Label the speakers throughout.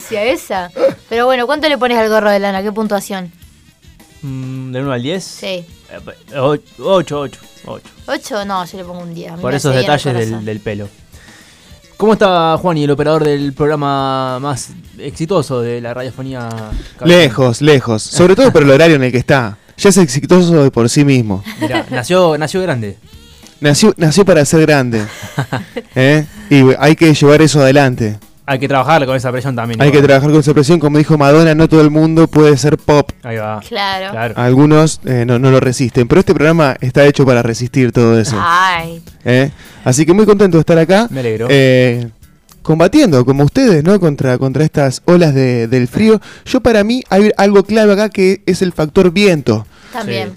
Speaker 1: sucia esa. Pero bueno, ¿cuánto le pones al gorro de lana? ¿Qué puntuación?
Speaker 2: Mm, ¿Del 1 al Eh, 10?
Speaker 1: Sí.
Speaker 2: 8, 8, 8.
Speaker 1: ¿Ocho? No, yo le pongo un 10. A mí
Speaker 2: Por
Speaker 1: me
Speaker 2: esos
Speaker 1: hace bien al
Speaker 2: detalles del,
Speaker 1: corazón.
Speaker 2: del pelo. ¿Cómo está Juan y el operador del programa más exitoso de la radiofonía?
Speaker 3: Lejos, lejos. Sobre todo por el horario en el que está. Ya es exitoso de por sí mismo.
Speaker 2: Mirá, nació, nació grande.
Speaker 3: Nació, nació para ser grande. ¿eh? Y hay que llevar eso adelante.
Speaker 2: Hay que trabajar con esa presión también.
Speaker 3: Hay que
Speaker 2: igual.
Speaker 3: trabajar con esa presión. Como dijo Madonna, no todo el mundo puede ser pop.
Speaker 2: Ahí va.
Speaker 1: Claro.
Speaker 2: Claro.
Speaker 3: Algunos eh, no, no lo resisten. Pero este programa está hecho para resistir todo eso.
Speaker 1: Ay,
Speaker 3: ¿eh? Así que muy contento de estar acá.
Speaker 2: Ah. Me alegro.
Speaker 3: eh, combatiendo, como ustedes, ¿no? Contra, contra estas olas de- del frío. Yo para mí hay algo clave acá que es el factor viento.
Speaker 1: también.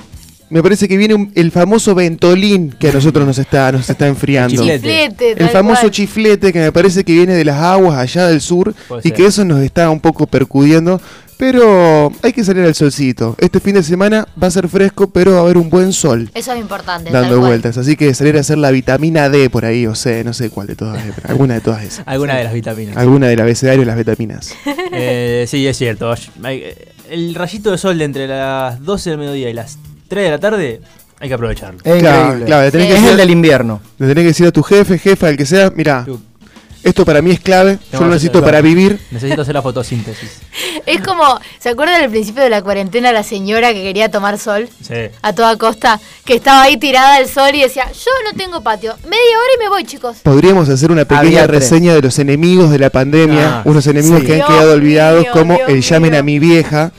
Speaker 3: Me parece que viene un- el famoso ventolín que a nosotros nos está, nos está enfriando.
Speaker 2: Chiflete.
Speaker 1: Chiflete,
Speaker 3: El
Speaker 1: tal
Speaker 3: famoso
Speaker 1: cual.
Speaker 3: chiflete que me parece que viene de las aguas allá del sur
Speaker 2: Puede
Speaker 3: y
Speaker 2: ser.
Speaker 3: que eso nos está un poco percudiendo. Pero hay que salir al solcito. Este fin de semana va a ser fresco, pero va a haber un buen sol
Speaker 1: Eso es importante. tal
Speaker 3: dando
Speaker 1: cual.
Speaker 3: vueltas. Así que salir a hacer la vitamina D por ahí, o C, no sé cuál de todas, eh, pero alguna de todas esas.
Speaker 2: Alguna de las vitaminas.
Speaker 3: Alguna del abecedario de las vitaminas.
Speaker 2: Eh, sí, es cierto. Hay- eh, El rayito de sol de entre las 12 del mediodía y las 3 de la tarde, hay que aprovecharlo.
Speaker 4: Es
Speaker 3: Claro,
Speaker 4: increíble.
Speaker 3: claro, le tenés que
Speaker 4: es
Speaker 3: hacer-
Speaker 4: el del invierno.
Speaker 3: Le tenés que decir a tu jefe, jefa, al que sea, mira,
Speaker 2: Yo
Speaker 3: esto para mí es clave, yo
Speaker 2: Tengo
Speaker 3: lo
Speaker 2: que
Speaker 3: necesito
Speaker 2: hacer-
Speaker 3: para vivir.
Speaker 2: Necesito hacer la fotosíntesis.
Speaker 1: Es como, ¿se acuerdan al principio de la cuarentena la señora que quería tomar sol?
Speaker 2: Sí.
Speaker 1: A toda costa, que estaba ahí tirada al sol y decía, yo no tengo patio, media hora y me voy, chicos.
Speaker 3: Podríamos hacer una pequeña
Speaker 4: Había tres.
Speaker 3: reseña de los enemigos de la pandemia,
Speaker 2: Ah,
Speaker 3: unos enemigos
Speaker 4: sí.
Speaker 3: que han
Speaker 1: Dios
Speaker 3: quedado olvidados,
Speaker 1: mío,
Speaker 3: como
Speaker 1: Dios
Speaker 3: el llamen
Speaker 1: mío.
Speaker 3: a mi vieja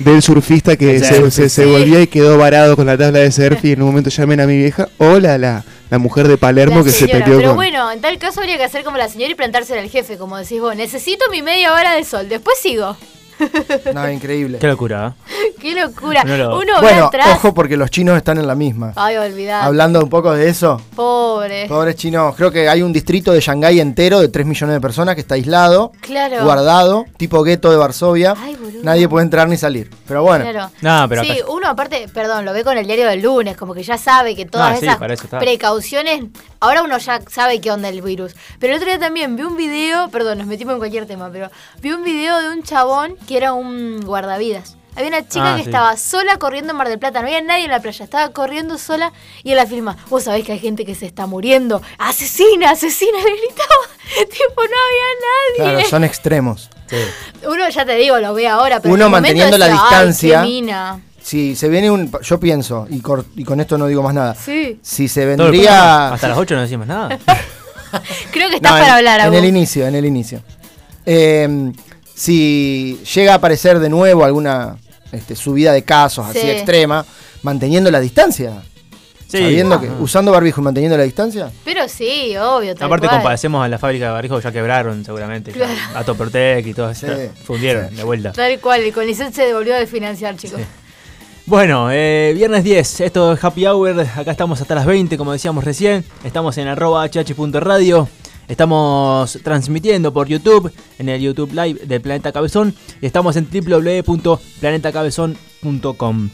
Speaker 3: del surfista que
Speaker 2: Sí,
Speaker 3: se, se-
Speaker 2: sí.
Speaker 3: se volvía y quedó varado con la tabla de surf y en un momento llamen a mi vieja, o la, la, la mujer de Palermo
Speaker 1: La
Speaker 3: que se
Speaker 1: señora.
Speaker 3: peleó
Speaker 1: Pero
Speaker 3: con...
Speaker 1: bueno, en tal caso habría que hacer como la señora y plantársela al jefe, como decís vos, necesito mi media hora de sol, después sigo.
Speaker 4: No, increíble.
Speaker 2: Qué locura. ¿eh?
Speaker 1: Qué locura.
Speaker 2: No lo-
Speaker 1: Uno ve
Speaker 4: Bueno,
Speaker 1: atrás. Ah,
Speaker 4: ojo porque los chinos están en la misma.
Speaker 1: Ay, olvidá.
Speaker 4: Hablando un poco de eso,
Speaker 1: Pobre.
Speaker 4: pobres chinos, creo que hay un distrito de Shanghái entero de 3 millones de personas que está aislado,
Speaker 1: Claro.
Speaker 4: guardado, tipo gueto de Varsovia.
Speaker 1: Ay, boludo.
Speaker 4: Nadie puede entrar ni salir. Pero bueno,
Speaker 1: Claro.
Speaker 2: No, pero
Speaker 1: sí,
Speaker 2: acá-
Speaker 1: uno aparte, perdón, lo ve con el diario del lunes, como que ya sabe que todas
Speaker 2: Ah, sí, para eso
Speaker 1: esas
Speaker 2: está.
Speaker 1: precauciones, ahora uno ya sabe qué onda el virus. Pero el otro día también vi un video, perdón, nos metimos en cualquier tema, pero vi un video de un chabón que era un guardavidas. Había una chica
Speaker 2: Ah,
Speaker 1: que
Speaker 2: sí.
Speaker 1: estaba sola corriendo en Mar del Plata, no había nadie en la playa, estaba corriendo sola y en la filma, vos sabés que hay gente que se está muriendo, asesina, asesina, le gritaba, tipo, no había nadie.
Speaker 4: claro, son extremos.
Speaker 1: Uno ya te digo, lo ve ahora, pero
Speaker 4: Uno
Speaker 1: en el momento
Speaker 4: manteniendo la
Speaker 1: decía, "Ay, qué
Speaker 4: distancia".
Speaker 1: mina.
Speaker 4: Si se viene un. Yo pienso, y, cor- y con esto no digo más nada.
Speaker 1: Sí.
Speaker 4: Si se
Speaker 2: Todo el programa.
Speaker 4: vendría.
Speaker 2: Hasta las 8 no decimos nada.
Speaker 1: Creo que está
Speaker 4: No, en-
Speaker 1: para hablar,
Speaker 4: En
Speaker 1: Agus.
Speaker 4: el inicio, en el inicio. Eh, si llega a aparecer de nuevo alguna este, subida de casos
Speaker 1: Sí.
Speaker 4: así extrema, manteniendo la distancia.
Speaker 2: Sí.
Speaker 4: sabiendo que,
Speaker 2: Ah.
Speaker 4: usando barbijo y manteniendo la distancia.
Speaker 1: Pero sí, obvio. tal
Speaker 2: Aparte
Speaker 1: cual.
Speaker 2: compadecemos a la fábrica de barrijos, ya quebraron seguramente.
Speaker 1: Claro.
Speaker 2: A Toprotec y todo eso.
Speaker 4: Sí.
Speaker 2: Fundieron de vuelta.
Speaker 1: Tal cual, el Conicet se devolvió de financiar, chicos.
Speaker 2: Bueno, eh, viernes 10, esto es Happy Hour, acá estamos hasta las 20 como decíamos recién, estamos en arroba hh.radio, estamos transmitiendo por YouTube, en el YouTube Live de Planeta Cabezón, y estamos en www.planetacabezón.com.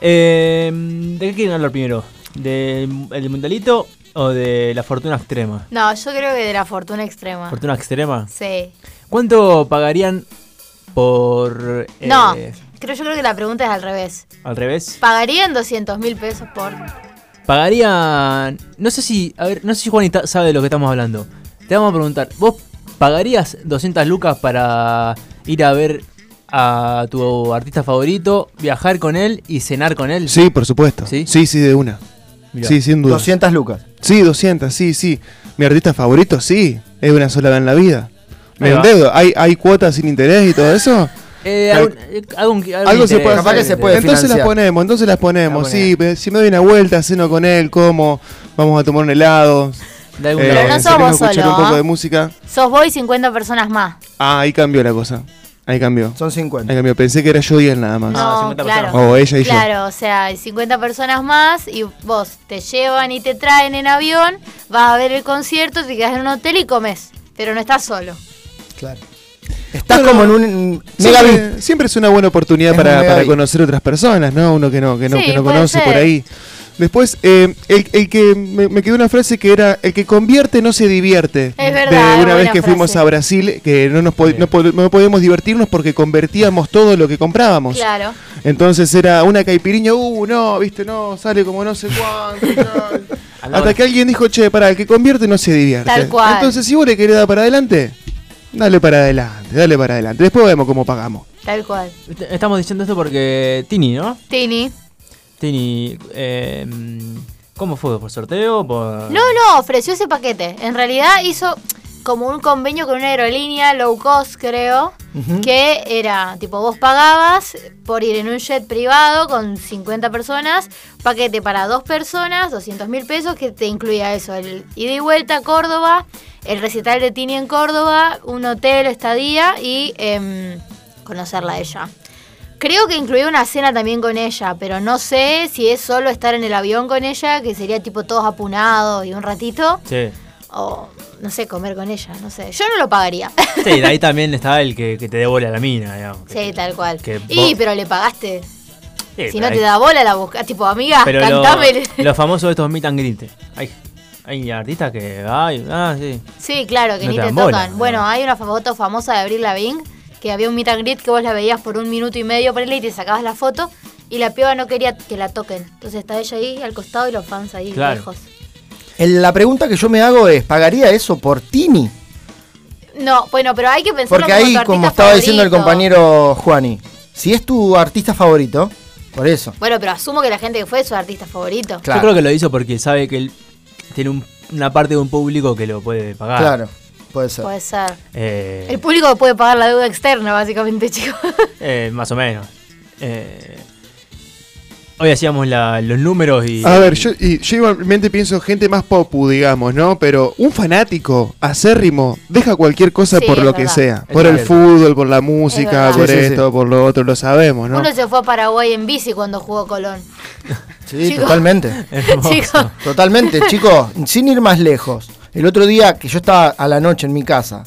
Speaker 2: Eh, ¿De qué quieren hablar primero? ¿Del el mundialito o de la fortuna extrema?
Speaker 1: No, yo creo que de la fortuna extrema.
Speaker 2: ¿Fortuna extrema?
Speaker 1: Sí.
Speaker 2: ¿Cuánto pagarían por... eh,
Speaker 1: No, creo, yo creo que la pregunta es al revés.
Speaker 2: Al revés.
Speaker 1: ¿Pagarían 200 mil pesos por...?
Speaker 2: Pagarían. No sé si. A ver, no sé si Juanita sabe de lo que estamos hablando. Te vamos a preguntar. ¿Vos pagarías 200 lucas para ir a ver a tu artista favorito, viajar con él y cenar con él?
Speaker 3: Sí, por supuesto.
Speaker 2: ¿Sí?
Speaker 3: Sí, sí, de una.
Speaker 2: Mirá.
Speaker 3: Sí, sin duda.
Speaker 4: 200 lucas.
Speaker 3: Sí, 200, sí, sí. Mi artista favorito, sí. Es una sola vez en la vida. Me
Speaker 2: Ahí va.
Speaker 3: endeudo. ¿Hay, ¿Hay cuotas sin interés y todo eso?
Speaker 2: Eh, algún- eh, algún- algún
Speaker 3: Algo se
Speaker 2: interés,
Speaker 3: puede
Speaker 4: Capaz
Speaker 3: hacer. Eh,
Speaker 4: que se puede
Speaker 3: Entonces las
Speaker 4: financiar.
Speaker 3: ponemos, entonces las ponemos.
Speaker 4: La
Speaker 3: sí, pe- si me doy una vuelta, ceno con él, como, vamos a tomar un helado.
Speaker 2: De algún
Speaker 3: eh,
Speaker 1: Pero
Speaker 2: lado.
Speaker 1: no
Speaker 3: salimos
Speaker 1: somos
Speaker 3: a escuchar
Speaker 1: solo,
Speaker 3: un poco
Speaker 1: ¿ah?
Speaker 3: de música.
Speaker 1: Sos vos y 50 personas más.
Speaker 3: Ah, ahí cambió la cosa. Ahí cambió.
Speaker 4: Son
Speaker 3: Ahí
Speaker 4: 50.
Speaker 3: cambió. Pensé que era yo y él nada más.
Speaker 1: No,
Speaker 2: 50
Speaker 1: claro.
Speaker 3: O ella y yo.
Speaker 1: Claro, o sea, hay 50 personas más y vos te llevan y te traen en avión, vas a ver el concierto, te quedas en un hotel y comes. Pero no estás solo.
Speaker 4: Claro. Estás
Speaker 3: Bueno,
Speaker 4: como en un mega
Speaker 3: Siempre, siempre es una buena oportunidad
Speaker 4: Es un
Speaker 3: para,
Speaker 4: mega
Speaker 3: para
Speaker 4: bit.
Speaker 3: conocer otras personas, ¿no? Uno que no, que no,
Speaker 1: Sí,
Speaker 3: que no
Speaker 1: puede
Speaker 3: conoce
Speaker 1: ser.
Speaker 3: por ahí. Después, eh, el, el que me, me quedó una frase que era, el que convierte no se divierte.
Speaker 1: Es verdad,
Speaker 3: De
Speaker 1: es
Speaker 3: una vez
Speaker 1: buena
Speaker 3: que fuimos
Speaker 1: frase.
Speaker 3: a Brasil, que no nos po-
Speaker 2: Bien.
Speaker 3: no po- no podíamos divertirnos porque convertíamos todo lo que comprábamos.
Speaker 1: Claro.
Speaker 3: Entonces era una caipiriña, uh, no, viste, no, sale como no sé cuánto. no. Hasta que alguien dijo, che, pará, el que convierte no se divierte.
Speaker 1: Tal cual.
Speaker 3: Entonces, si vos le querés dar para adelante, dale para adelante, dale para adelante. Después vemos cómo pagamos.
Speaker 1: Tal cual.
Speaker 2: Est- Estamos diciendo esto porque Tini, ¿no?
Speaker 1: Tini.
Speaker 2: Tini, eh, ¿cómo fue? ¿Por sorteo? ¿Por...
Speaker 1: No, no, ofreció ese paquete. En realidad hizo como un convenio con una aerolínea low cost, creo,
Speaker 4: Ujú.
Speaker 1: que era tipo vos pagabas por ir en un jet privado con 50 personas, paquete para dos personas, 200 mil pesos, que te incluía eso, el ida y vuelta a Córdoba, el recital de Tini en Córdoba, un hotel, estadía y em, conocerla a ella. Creo que incluía una cena también con ella, pero no sé si es solo estar en el avión con ella, que sería tipo todos apunados y un ratito,
Speaker 2: Sí.
Speaker 1: o no sé, comer con ella, no sé. Yo no lo pagaría.
Speaker 2: Sí, de ahí también está el que, que te dé bola a la mina, digamos.
Speaker 1: sí, tal cual.
Speaker 2: que
Speaker 1: Y,
Speaker 2: vos-
Speaker 1: pero le pagaste.
Speaker 2: Sí,
Speaker 1: si
Speaker 2: pero
Speaker 1: no te
Speaker 2: ahí-
Speaker 1: da bola, la buscas. Tipo, amiga,
Speaker 2: Pero lo,
Speaker 1: cantame. el-
Speaker 2: lo famoso de estos meet and greet. Hay, hay artistas que. Ay, ah, sí.
Speaker 1: Sí, claro, que
Speaker 2: No
Speaker 1: ni
Speaker 2: te
Speaker 1: te
Speaker 2: dan
Speaker 1: tocan.
Speaker 2: bola, ¿no?
Speaker 1: Bueno, hay una foto famosa de Abril Lavigne, que había un meet and greet que vos la veías por un minuto y medio por él y te sacabas la foto, y la piba no quería que la toquen. Entonces está ella ahí al costado y los fans ahí
Speaker 2: Claro.
Speaker 1: lejos.
Speaker 4: El- la pregunta que yo me hago es, ¿pagaría eso por Tini?
Speaker 1: No, bueno, pero hay que pensar
Speaker 4: Porque ahí, como estaba diciendo el compañero Juani, si es tu artista favorito, por eso.
Speaker 1: Bueno, pero asumo que la gente que fue es su artista favorito.
Speaker 4: Claro.
Speaker 2: Yo creo que lo hizo porque sabe que él tiene un- una parte de un público que lo puede
Speaker 3: Ah.
Speaker 2: pagar.
Speaker 4: Claro, puede ser.
Speaker 1: Puede ser.
Speaker 2: Eh,
Speaker 1: El público puede pagar la deuda externa, básicamente, chicos.
Speaker 2: eh, más o menos. Eh, hoy hacíamos la- los números y.
Speaker 3: A ver, yo, y, yo igualmente pienso gente más popu, digamos, ¿no? Pero un fanático acérrimo deja cualquier cosa
Speaker 1: Sí,
Speaker 3: por
Speaker 1: es
Speaker 3: lo que
Speaker 1: verdad.
Speaker 3: sea.
Speaker 2: Es
Speaker 3: por el
Speaker 2: verdad.
Speaker 3: fútbol, por la
Speaker 1: verdad.
Speaker 3: música,
Speaker 1: Sí,
Speaker 3: por
Speaker 4: sí, sí.
Speaker 3: esto, por lo otro, lo sabemos, ¿no?
Speaker 1: Uno se fue a Paraguay en bici cuando jugó Colón.
Speaker 4: Sí,
Speaker 1: Chicos.
Speaker 4: totalmente.
Speaker 2: Hermoso.
Speaker 1: Chicos.
Speaker 4: Totalmente, chicos. Sin ir más lejos. El otro día que yo estaba a la noche en mi casa,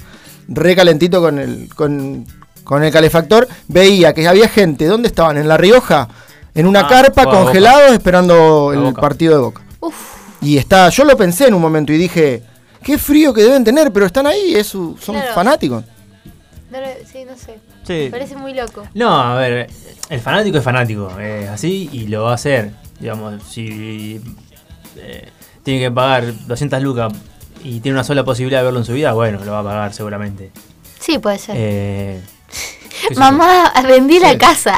Speaker 4: recalentito con el, con, con el calefactor, veía que había gente. ¿Dónde estaban? ¿En La Rioja? En una
Speaker 2: Ah,
Speaker 4: carpa,
Speaker 2: jugaba
Speaker 4: congelados, esperando
Speaker 2: A
Speaker 4: el
Speaker 2: Boca.
Speaker 4: partido de Boca.
Speaker 1: Uf,
Speaker 4: Y está, yo lo pensé en un momento y dije, qué frío que deben tener, pero están ahí, es su- son
Speaker 1: Claro.
Speaker 4: fanáticos.
Speaker 1: no lo- sí, no sé.
Speaker 2: Sí.
Speaker 1: Me parece muy loco.
Speaker 2: No, a ver, el fanático es fanático, es así y lo va a hacer. Digamos, si eh, tiene que pagar 200 lucas y tiene una sola posibilidad de verlo en su vida, bueno, lo va a pagar seguramente.
Speaker 1: Sí, puede ser.
Speaker 2: Eh, qué sé yo.
Speaker 1: Mamá, vendí la casa.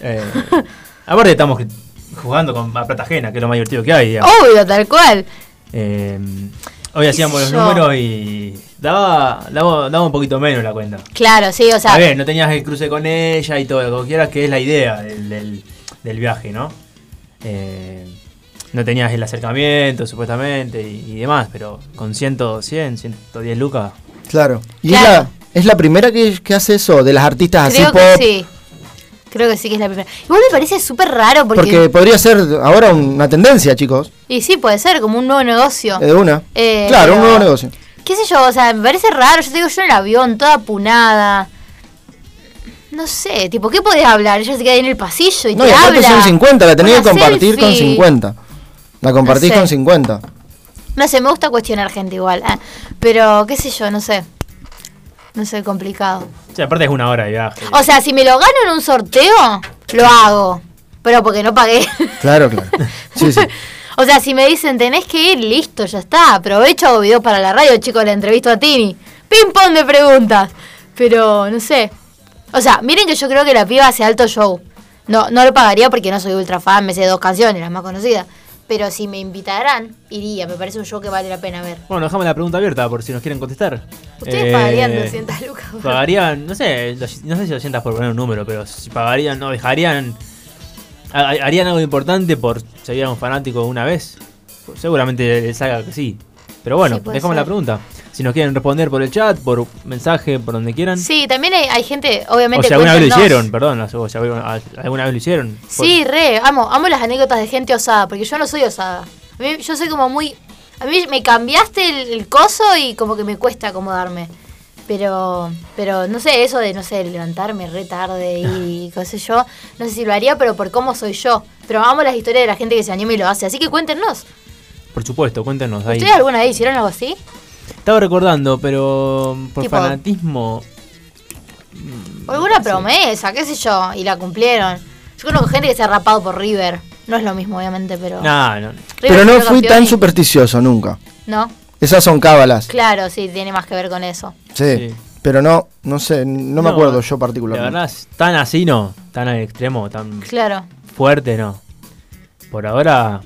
Speaker 2: Eh, aparte estamos jugando con a plata ajena, que es lo más divertido que hay. digamos.
Speaker 1: Obvio, tal cual.
Speaker 2: Eh, hoy hacíamos
Speaker 1: sé
Speaker 2: los
Speaker 1: yo.
Speaker 2: números y daba, daba, daba un poquito menos la cuenta.
Speaker 1: Claro, sí, o sea.
Speaker 2: Está bien, no tenías el cruce con ella y todo, lo que quieras, que es la idea del, del- del viaje, ¿no? Eh, no tenías el acercamiento, supuestamente, y, y demás, pero con 100, 100, 110 lucas.
Speaker 4: Claro. Y
Speaker 1: Claro.
Speaker 4: Es, la, es la primera que, que hace eso, de las artistas
Speaker 1: creo
Speaker 4: así
Speaker 1: que
Speaker 4: pop.
Speaker 1: sí. Creo que sí que es la primera. Igual me parece súper raro porque,
Speaker 4: Porque podría ser ahora una tendencia, chicos.
Speaker 1: Y sí, puede ser, como un nuevo negocio.
Speaker 4: De una.
Speaker 1: Eh,
Speaker 4: claro, un
Speaker 1: pero-
Speaker 4: nuevo negocio.
Speaker 1: ¿Qué sé yo? O sea, me parece raro. Yo te digo, yo en el avión, toda punada. No sé, tipo, ¿qué podés hablar? Ella se queda ahí en el pasillo y
Speaker 4: No, y
Speaker 1: te
Speaker 4: aparte
Speaker 1: habla.
Speaker 4: son 50, la tenés que
Speaker 1: Una
Speaker 4: compartir con
Speaker 1: selfie.
Speaker 4: 50. La compartís
Speaker 1: No sé.
Speaker 4: con 50.
Speaker 1: No sé, me gusta cuestionar gente igual. ah, Pero, qué sé yo, no sé. No sé, complicado.
Speaker 2: O sea, aparte es una hora de viaje.
Speaker 1: O sea, si me lo gano en un sorteo, lo hago. Pero porque no pagué.
Speaker 4: Claro, claro. Sí, sí.
Speaker 1: o sea, si me dicen tenés que ir, listo, ya está. Aprovecho, hago videos para la radio, chicos, la entrevisto a Tini. Ping pong de preguntas. Pero, no sé. O sea, miren que yo creo que la piba hace alto show. No, no lo pagaría porque no soy ultra fan, me sé dos canciones, las más conocidas. Pero si me invitaran, iría. Me parece un show que vale la pena ver.
Speaker 2: Bueno, dejamos la pregunta abierta por si nos quieren contestar.
Speaker 1: Ustedes
Speaker 2: Eh,
Speaker 1: pagarían 200 lucas. boludo.
Speaker 2: Pagarían, no sé, dos- no sé si 200 por poner un número, pero si pagarían, no dejarían. ha- ¿Harían algo importante por seguir a un fanático una vez? Pues Seguramente les haga que sí. Pero bueno,
Speaker 1: Sí, puede
Speaker 2: dejamos
Speaker 1: ser.
Speaker 2: la pregunta. Si nos quieren responder por el chat, por mensaje, por donde quieran.
Speaker 1: Sí, también hay, hay gente,
Speaker 2: o
Speaker 1: obviamente.
Speaker 2: si alguna vez lo
Speaker 1: cuéntenos.
Speaker 2: hicieron, perdón. O si alguna alguna vez lo hicieron. Por-
Speaker 1: Sí, re, amo, amo las anécdotas de gente osada, porque yo no soy osada. A mí- yo soy como muy... A mí me cambiaste el, el coso y como que me cuesta acomodarme. Pero, pero no sé, eso de, no sé, levantarme re tarde y qué sé yo, no sé si lo haría, pero por cómo soy yo. Pero amo las historias de la gente que se anima y lo hace, así que cuéntenos.
Speaker 2: Por supuesto, cuéntanos ahí.
Speaker 1: ¿Ustedes alguna vez hicieron algo así?
Speaker 2: Estaba recordando, pero mm, por
Speaker 1: Tipo-
Speaker 2: fanatismo.
Speaker 1: ¿O alguna promesa, qué sé yo, y la cumplieron. Yo conozco gente que se ha rapado por River. No es lo mismo, obviamente, pero...
Speaker 2: Nah, no.
Speaker 1: River
Speaker 4: Pero no
Speaker 1: salió
Speaker 4: fui
Speaker 1: campeón
Speaker 4: tan
Speaker 1: y-
Speaker 4: supersticioso nunca.
Speaker 1: No,
Speaker 4: Esas son cábalas.
Speaker 1: claro, sí, tiene más que ver con eso.
Speaker 4: Sí.
Speaker 2: Sí.
Speaker 4: Pero no, no sé, no me acuerdo yo particularmente.
Speaker 2: La verdad, tan así no. Tan al extremo, tan
Speaker 1: Claro.
Speaker 2: fuerte no. Por ahora,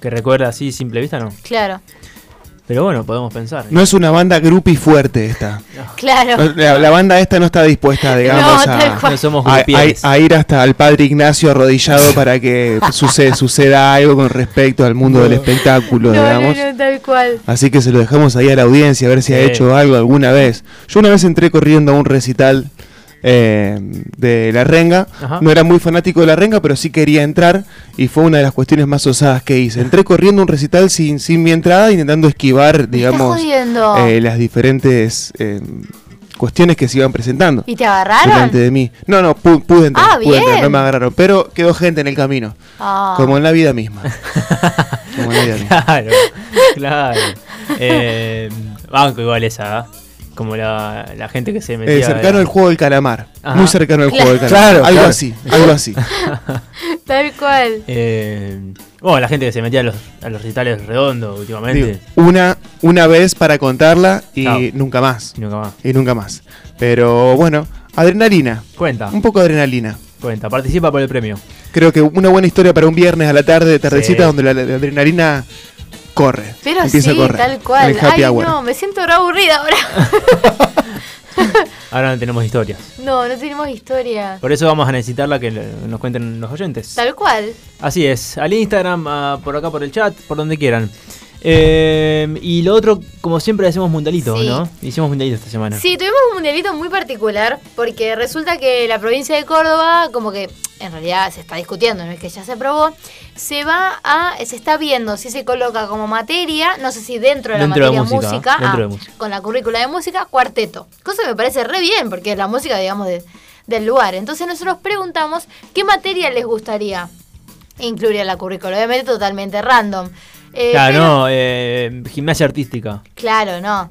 Speaker 2: que recuerda así, simple vista no.
Speaker 1: Claro,
Speaker 2: Pero bueno, podemos pensar.
Speaker 3: No es una banda grupi fuerte esta.
Speaker 1: claro.
Speaker 3: La, la banda esta no está dispuesta, digamos,
Speaker 1: tal
Speaker 3: a,
Speaker 1: cual.
Speaker 2: No somos
Speaker 3: a-
Speaker 2: grupieres.
Speaker 3: a- a ir hasta el padre Ignacio arrodillado para que suceda, suceda algo con respecto al mundo del espectáculo, digamos.
Speaker 1: tal cual.
Speaker 3: Así que se lo dejamos ahí a la audiencia a ver si ha
Speaker 2: Sí.
Speaker 3: hecho algo alguna vez. Yo una vez entré corriendo a un recital eh, de La Renga.
Speaker 2: Ajá.
Speaker 3: No era muy fanático de La Renga, pero sí quería entrar y fue una de las cuestiones más osadas que hice. Entré corriendo a un recital sin, sin mi entrada, intentando esquivar,
Speaker 1: Me estás
Speaker 3: digamos,
Speaker 1: jodiendo.
Speaker 3: eh, las diferentes eh, cuestiones que se iban presentando.
Speaker 1: ¿Y te agarraron?
Speaker 3: delante de mí. No, no, pu- pude entrar,
Speaker 1: Ah,
Speaker 3: pude entrar,
Speaker 1: bien.
Speaker 3: no me agarraron, pero quedó gente en el camino,
Speaker 1: Ah.
Speaker 3: como en la vida misma. como en la vida misma.
Speaker 2: Claro, claro. Eh, banco igual esa, ¿ah? Como la, la gente que se metía.
Speaker 3: Eh, cercano
Speaker 2: de-
Speaker 3: al juego del calamar.
Speaker 2: Ajá.
Speaker 3: Muy cercano al juego del
Speaker 4: Claro.
Speaker 3: calamar.
Speaker 4: Claro,
Speaker 3: algo
Speaker 4: claro.
Speaker 3: así, algo así.
Speaker 1: Tal cual.
Speaker 2: Eh, bueno, la gente que se metía a los, a los recitales redondos últimamente.
Speaker 3: Digo, una, una vez para contarla y
Speaker 2: Chao.
Speaker 3: nunca más.
Speaker 2: Nunca más.
Speaker 3: Y nunca más. Pero bueno, adrenalina.
Speaker 2: Cuenta,
Speaker 3: Un poco de adrenalina.
Speaker 2: cuenta. Participa por el premio.
Speaker 3: Creo que una buena historia para un viernes a la tarde, tardecita,
Speaker 2: Sí.
Speaker 3: donde la, la adrenalina corre.
Speaker 1: Pero
Speaker 3: empieza
Speaker 1: sí,
Speaker 3: a correr.
Speaker 1: tal cual.
Speaker 3: En el happy
Speaker 1: Ay,
Speaker 3: hour.
Speaker 1: no, me siento re aburrida ahora.
Speaker 2: Ahora no tenemos historias.
Speaker 1: no, no tenemos historia.
Speaker 2: Por eso vamos a necesitarla que le- nos cuenten los oyentes.
Speaker 1: Tal cual.
Speaker 2: Así es, al Instagram, a- por acá por el chat, por donde quieran. Eh, y lo otro, como siempre, hacemos mundialito,
Speaker 1: Sí.
Speaker 2: ¿no? Hicimos mundialito esta semana.
Speaker 1: Sí, tuvimos un mundialito muy particular porque resulta que la provincia de Córdoba, como que en realidad se está discutiendo, no es que ya se aprobó, se va a, se está viendo si se coloca como materia, no sé si dentro de
Speaker 2: Dentro de
Speaker 1: la materia
Speaker 2: música,
Speaker 1: música,
Speaker 2: dentro
Speaker 1: ah,
Speaker 2: de música.
Speaker 1: con la currícula de música, cuarteto. Cosa que me parece re bien porque es la música, digamos, de- del lugar. Entonces nosotros preguntamos qué materia les gustaría incluir a la currícula, obviamente totalmente random. Eh,
Speaker 2: Claro,
Speaker 1: pero-
Speaker 2: no, eh, gimnasia artística.
Speaker 1: Claro, no.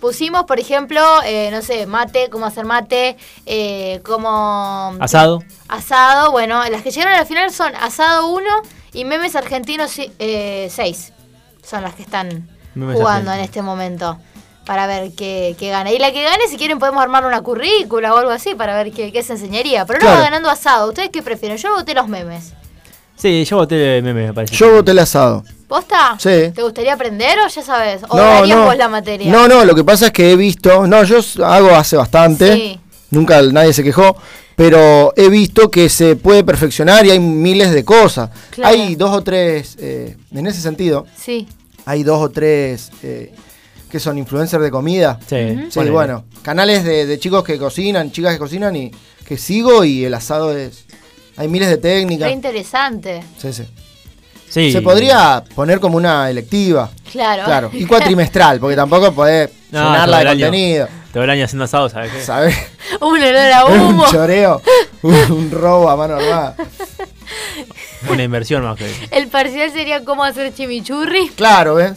Speaker 1: Pusimos, por ejemplo, eh, no sé, mate, cómo hacer mate, eh, cómo...
Speaker 2: Asado.
Speaker 1: Asado, bueno, las que llegaron al final son asado 1 y memes argentinos 6. son las que están
Speaker 2: Memes
Speaker 1: jugando
Speaker 2: argentinos.
Speaker 1: en este momento para ver qué, qué gana. Y la que gane, si quieren, podemos armar una currícula o algo así para ver qué, qué se enseñaría. Pero no
Speaker 4: Claro.
Speaker 1: va ganando asado. ¿Ustedes qué prefieren? Yo voté los memes.
Speaker 2: Sí, yo voté meme, me parece.
Speaker 4: Yo voté el asado.
Speaker 1: ¿Posta?
Speaker 4: Sí.
Speaker 1: ¿Te gustaría aprender o ya sabes? ¿O darías vos la materia?
Speaker 4: No, no, lo que pasa es que he visto, no, yo s- hago hace bastante,
Speaker 1: Sí.
Speaker 4: nunca nadie se quejó, pero he visto que se puede perfeccionar y hay miles de cosas.
Speaker 1: Claro.
Speaker 4: Hay dos o tres, eh, en ese sentido,
Speaker 1: Sí.
Speaker 4: hay dos o tres eh, que son influencers de comida.
Speaker 2: Sí,
Speaker 4: Sí,
Speaker 2: ponele.
Speaker 4: bueno, canales de, de chicos que cocinan, chicas que cocinan y que sigo y el asado es... Hay miles de técnicas.
Speaker 1: Re interesante.
Speaker 4: Sí, sí.
Speaker 2: Sí.
Speaker 4: Se podría poner como una electiva.
Speaker 1: Claro.
Speaker 4: Claro, y cuatrimestral, porque tampoco podés
Speaker 2: No, todo
Speaker 4: llenarla
Speaker 2: el
Speaker 4: de
Speaker 2: año.
Speaker 4: contenido.
Speaker 2: Todo el año haciendo asado, ¿sabes qué?
Speaker 4: ¿Sabes?
Speaker 1: Un olor a
Speaker 4: Un
Speaker 1: humo.
Speaker 4: choreo, un, un robo a mano armada.
Speaker 2: Una inversión más que.
Speaker 1: El parcial sería cómo hacer chimichurri.
Speaker 4: Claro, ¿ves?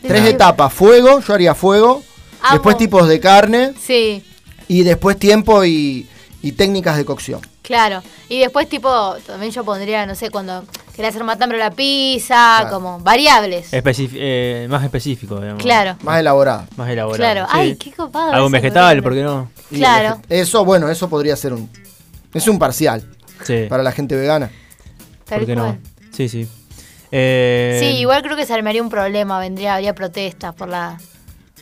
Speaker 4: Tres etapas: fuego, yo haría fuego.
Speaker 1: Amo.
Speaker 4: Después tipos de carne.
Speaker 1: Sí,
Speaker 4: Y después tiempo y, y técnicas de cocción.
Speaker 1: claro. Y después, tipo, también yo pondría, no sé, cuando querés hacer matambre a la pizza,
Speaker 4: Claro.
Speaker 1: como variables.
Speaker 2: Especif- eh, más específico, digamos.
Speaker 1: Claro,
Speaker 4: Más elaborada.
Speaker 2: Más elaborado.
Speaker 1: claro.
Speaker 2: sí.
Speaker 1: Ay, qué copado.
Speaker 2: Algún
Speaker 1: eso,
Speaker 2: vegetal,
Speaker 1: boludo.
Speaker 2: ¿por qué no?
Speaker 4: Y
Speaker 1: Claro.
Speaker 4: el- Eso, bueno, eso podría ser un. Es un parcial
Speaker 2: Sí.
Speaker 4: para la gente vegana.
Speaker 1: Tal
Speaker 2: ¿Por qué no?
Speaker 1: cual.
Speaker 2: Sí, sí. Eh,
Speaker 1: Sí, igual creo que se armaría un problema, vendría, habría protestas por la,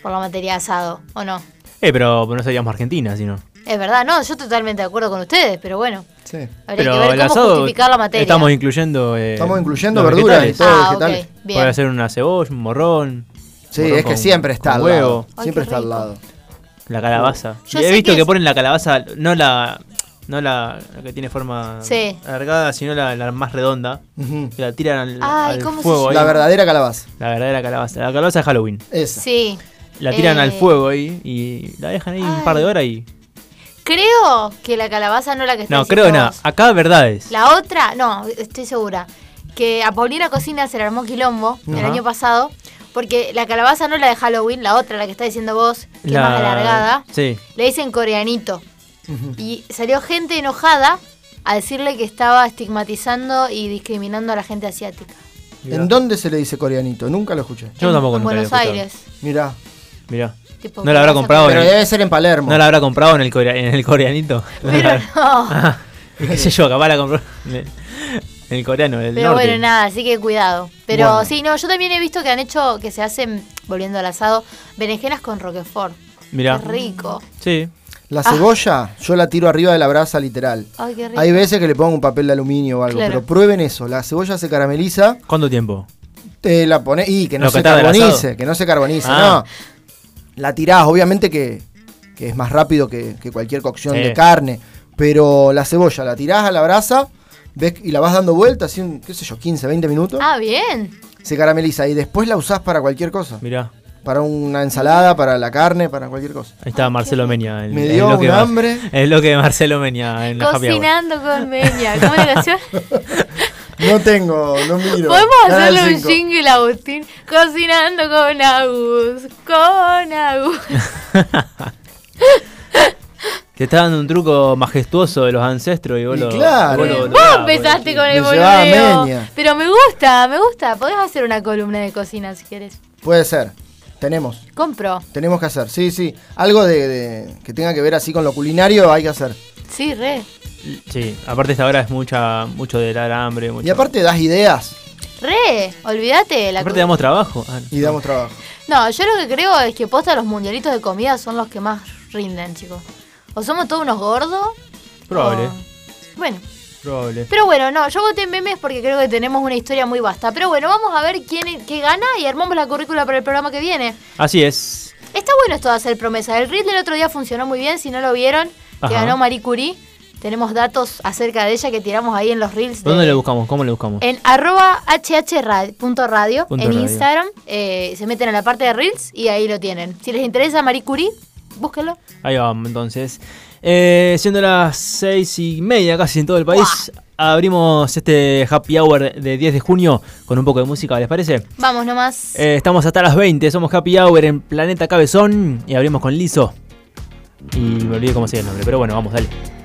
Speaker 1: por la materia de asado, ¿o no?
Speaker 2: Eh, pero no seríamos Argentina, sino.
Speaker 1: Es verdad, no, yo totalmente de acuerdo con ustedes, pero bueno,
Speaker 4: Sí.
Speaker 1: habría
Speaker 2: pero
Speaker 1: que ver
Speaker 2: el
Speaker 1: cómo
Speaker 2: asado
Speaker 1: justificar la materia.
Speaker 2: Estamos incluyendo. eh,
Speaker 4: Estamos incluyendo
Speaker 2: los
Speaker 4: verduras y
Speaker 2: vegetales.
Speaker 4: todo
Speaker 1: Ah,
Speaker 4: vegetales.
Speaker 1: ok, bien.
Speaker 2: Puede ser una cebolla, un morrón.
Speaker 4: Sí,
Speaker 2: morrón
Speaker 4: es que
Speaker 2: con-
Speaker 4: siempre está
Speaker 2: con
Speaker 4: al
Speaker 2: huevo,
Speaker 4: lado.
Speaker 1: Ay,
Speaker 4: siempre
Speaker 1: qué
Speaker 4: está al
Speaker 1: rico.
Speaker 4: lado.
Speaker 2: la calabaza.
Speaker 1: Yo
Speaker 2: Y he
Speaker 1: sé
Speaker 2: visto
Speaker 1: que
Speaker 2: que,
Speaker 1: es-
Speaker 2: ponen la calabaza, no la no la, la que tiene forma
Speaker 1: Sí.
Speaker 2: alargada, sino la, la más redonda.
Speaker 4: Ujú.
Speaker 2: Que la tiran al,
Speaker 1: Ay,
Speaker 2: al
Speaker 1: ¿cómo se
Speaker 2: fuego.
Speaker 1: llama?
Speaker 2: ahí.
Speaker 4: La verdadera calabaza.
Speaker 2: La verdadera calabaza. La calabaza de Halloween.
Speaker 4: Esa.
Speaker 1: Sí,
Speaker 2: La tiran
Speaker 1: Eh.
Speaker 2: al fuego ahí y la dejan ahí un par de
Speaker 1: Ay.
Speaker 2: horas y.
Speaker 1: Creo que la calabaza no la que está
Speaker 2: No,
Speaker 1: diciendo
Speaker 2: creo que nada.
Speaker 1: vos.
Speaker 2: Acá verdades.
Speaker 1: La otra, no, estoy segura. Que a Paulina Cocina se le armó quilombo el
Speaker 2: Ajá.
Speaker 1: año pasado. Porque la calabaza no la de Halloween, la otra, la que está diciendo vos, que es más alargada,
Speaker 2: Sí.
Speaker 1: le dicen coreanito. Y salió gente enojada a decirle que estaba estigmatizando y discriminando a la gente asiática.
Speaker 2: Mirá.
Speaker 4: ¿En dónde se le dice coreanito? Nunca lo escuché.
Speaker 2: Yo
Speaker 1: En-
Speaker 2: tampoco
Speaker 1: En
Speaker 2: nunca la
Speaker 1: Buenos
Speaker 2: había
Speaker 1: Aires.
Speaker 4: Mirá.
Speaker 2: Mirá.
Speaker 1: Tipo,
Speaker 2: No la habrá
Speaker 1: calabaza
Speaker 2: comprado en
Speaker 4: Pero
Speaker 2: el-
Speaker 4: debe ser en Palermo.
Speaker 2: No la habrá comprado en el, corea- en el coreanito.
Speaker 1: Pero no.
Speaker 2: Ah, ¿Qué sé yo? Capaz la compró en el, en el coreano, en el
Speaker 1: Pero
Speaker 2: norte.
Speaker 1: bueno, nada, así que cuidado. Pero
Speaker 4: Bueno.
Speaker 1: sí, no, yo también he visto que han hecho, que se hacen, volviendo al asado, berenjenas con roquefort.
Speaker 2: Mirá.
Speaker 1: Qué rico.
Speaker 2: Sí.
Speaker 4: La
Speaker 1: Ah.
Speaker 4: cebolla, yo la tiro arriba de la brasa literal.
Speaker 1: Ay, qué rico.
Speaker 4: Hay veces que le pongo un papel de aluminio o algo,
Speaker 1: Claro.
Speaker 4: pero prueben eso. La cebolla se carameliza,
Speaker 2: ¿Cuánto tiempo?
Speaker 4: te la pones y que no
Speaker 2: Lo
Speaker 4: se
Speaker 2: que tarda el
Speaker 4: carbonice,
Speaker 2: asado.
Speaker 4: que no se carbonice,
Speaker 2: Ah.
Speaker 4: no. La tirás, obviamente que, que es más rápido que, que cualquier cocción
Speaker 2: Sí.
Speaker 4: de carne, pero la cebolla la tirás a la brasa ves, y la vas dando vuelta, así, un, qué sé yo, 15, 20 minutos,
Speaker 1: Ah, bien.
Speaker 4: se carameliza y después la usás para cualquier cosa.
Speaker 2: Mirá.
Speaker 4: Para una ensalada, para la carne, para cualquier cosa.
Speaker 2: Ahí estaba Marcelo Meña. El,
Speaker 4: Me
Speaker 2: el
Speaker 4: dio
Speaker 2: bloque
Speaker 4: un
Speaker 2: de Mar-
Speaker 4: hambre.
Speaker 2: El bloque de Marcelo Meña en la Happy Hour.
Speaker 1: Cocinando con Meña. ¿Cómo era la canción?
Speaker 4: No tengo, no miro.
Speaker 1: Podemos
Speaker 4: Canal
Speaker 1: hacerle un
Speaker 4: cinco.
Speaker 1: jingle, Agustín. Cocinando con Agus. Con Agus.
Speaker 2: Te está dando un truco majestuoso de los ancestros y vos
Speaker 4: Y
Speaker 2: lo.
Speaker 4: claro.
Speaker 2: vos lo-
Speaker 4: Vos
Speaker 1: Vos
Speaker 2: Ah,
Speaker 1: empezaste con el
Speaker 4: Me llevaba
Speaker 1: boludeo.
Speaker 4: Meña.
Speaker 1: Pero me gusta, me gusta. Podés hacer una columna de cocina si querés.
Speaker 4: Puede ser. Tenemos.
Speaker 1: Compro.
Speaker 4: Tenemos que hacer. Sí, sí. Algo de, de- que tenga que ver así con lo culinario hay que hacer.
Speaker 1: Sí, re.
Speaker 2: Sí, aparte esta hora es mucha, mucho de dar hambre. Mucho...
Speaker 4: Y aparte das ideas
Speaker 1: Re. Olvídate de la
Speaker 2: Aparte
Speaker 1: co-
Speaker 2: damos trabajo. Ah,
Speaker 4: y damos trabajo.
Speaker 1: No, yo lo que creo es que posta los mundialitos de comida son los que más rinden, chicos. O somos todos unos gordos.
Speaker 2: Probable.
Speaker 1: o- Bueno,
Speaker 2: Probable.
Speaker 1: pero bueno, no, yo voté en memes porque creo que tenemos una historia muy vasta. Pero bueno, vamos a ver quién qué gana y armamos la currícula para el programa que viene.
Speaker 2: Así es.
Speaker 1: Está bueno esto de hacer promesas. El reel del otro día funcionó muy bien, si no lo vieron, que
Speaker 2: Ajá.
Speaker 1: ganó Marie Curie. Tenemos datos acerca de ella que tiramos ahí en los reels. de-
Speaker 2: ¿Dónde lo buscamos? ¿Cómo lo buscamos?
Speaker 1: en arroba hhradio.radio
Speaker 2: Punto
Speaker 1: en
Speaker 2: radio.
Speaker 1: Instagram. eh, se meten a la parte de Reels y ahí lo tienen. Si les interesa Marie Curie, búsquenlo.
Speaker 2: Ahí vamos entonces. Eh, siendo las seis y media casi en todo el país, abrimos este happy hour de 10 de junio con un poco de música, ¿les parece?
Speaker 1: Vamos nomás.
Speaker 2: Eh, estamos hasta las 20, somos happy hour en Planeta Cabezón y abrimos con Liso. Y me olvidé cómo se llama el nombre, pero bueno, vamos, dale.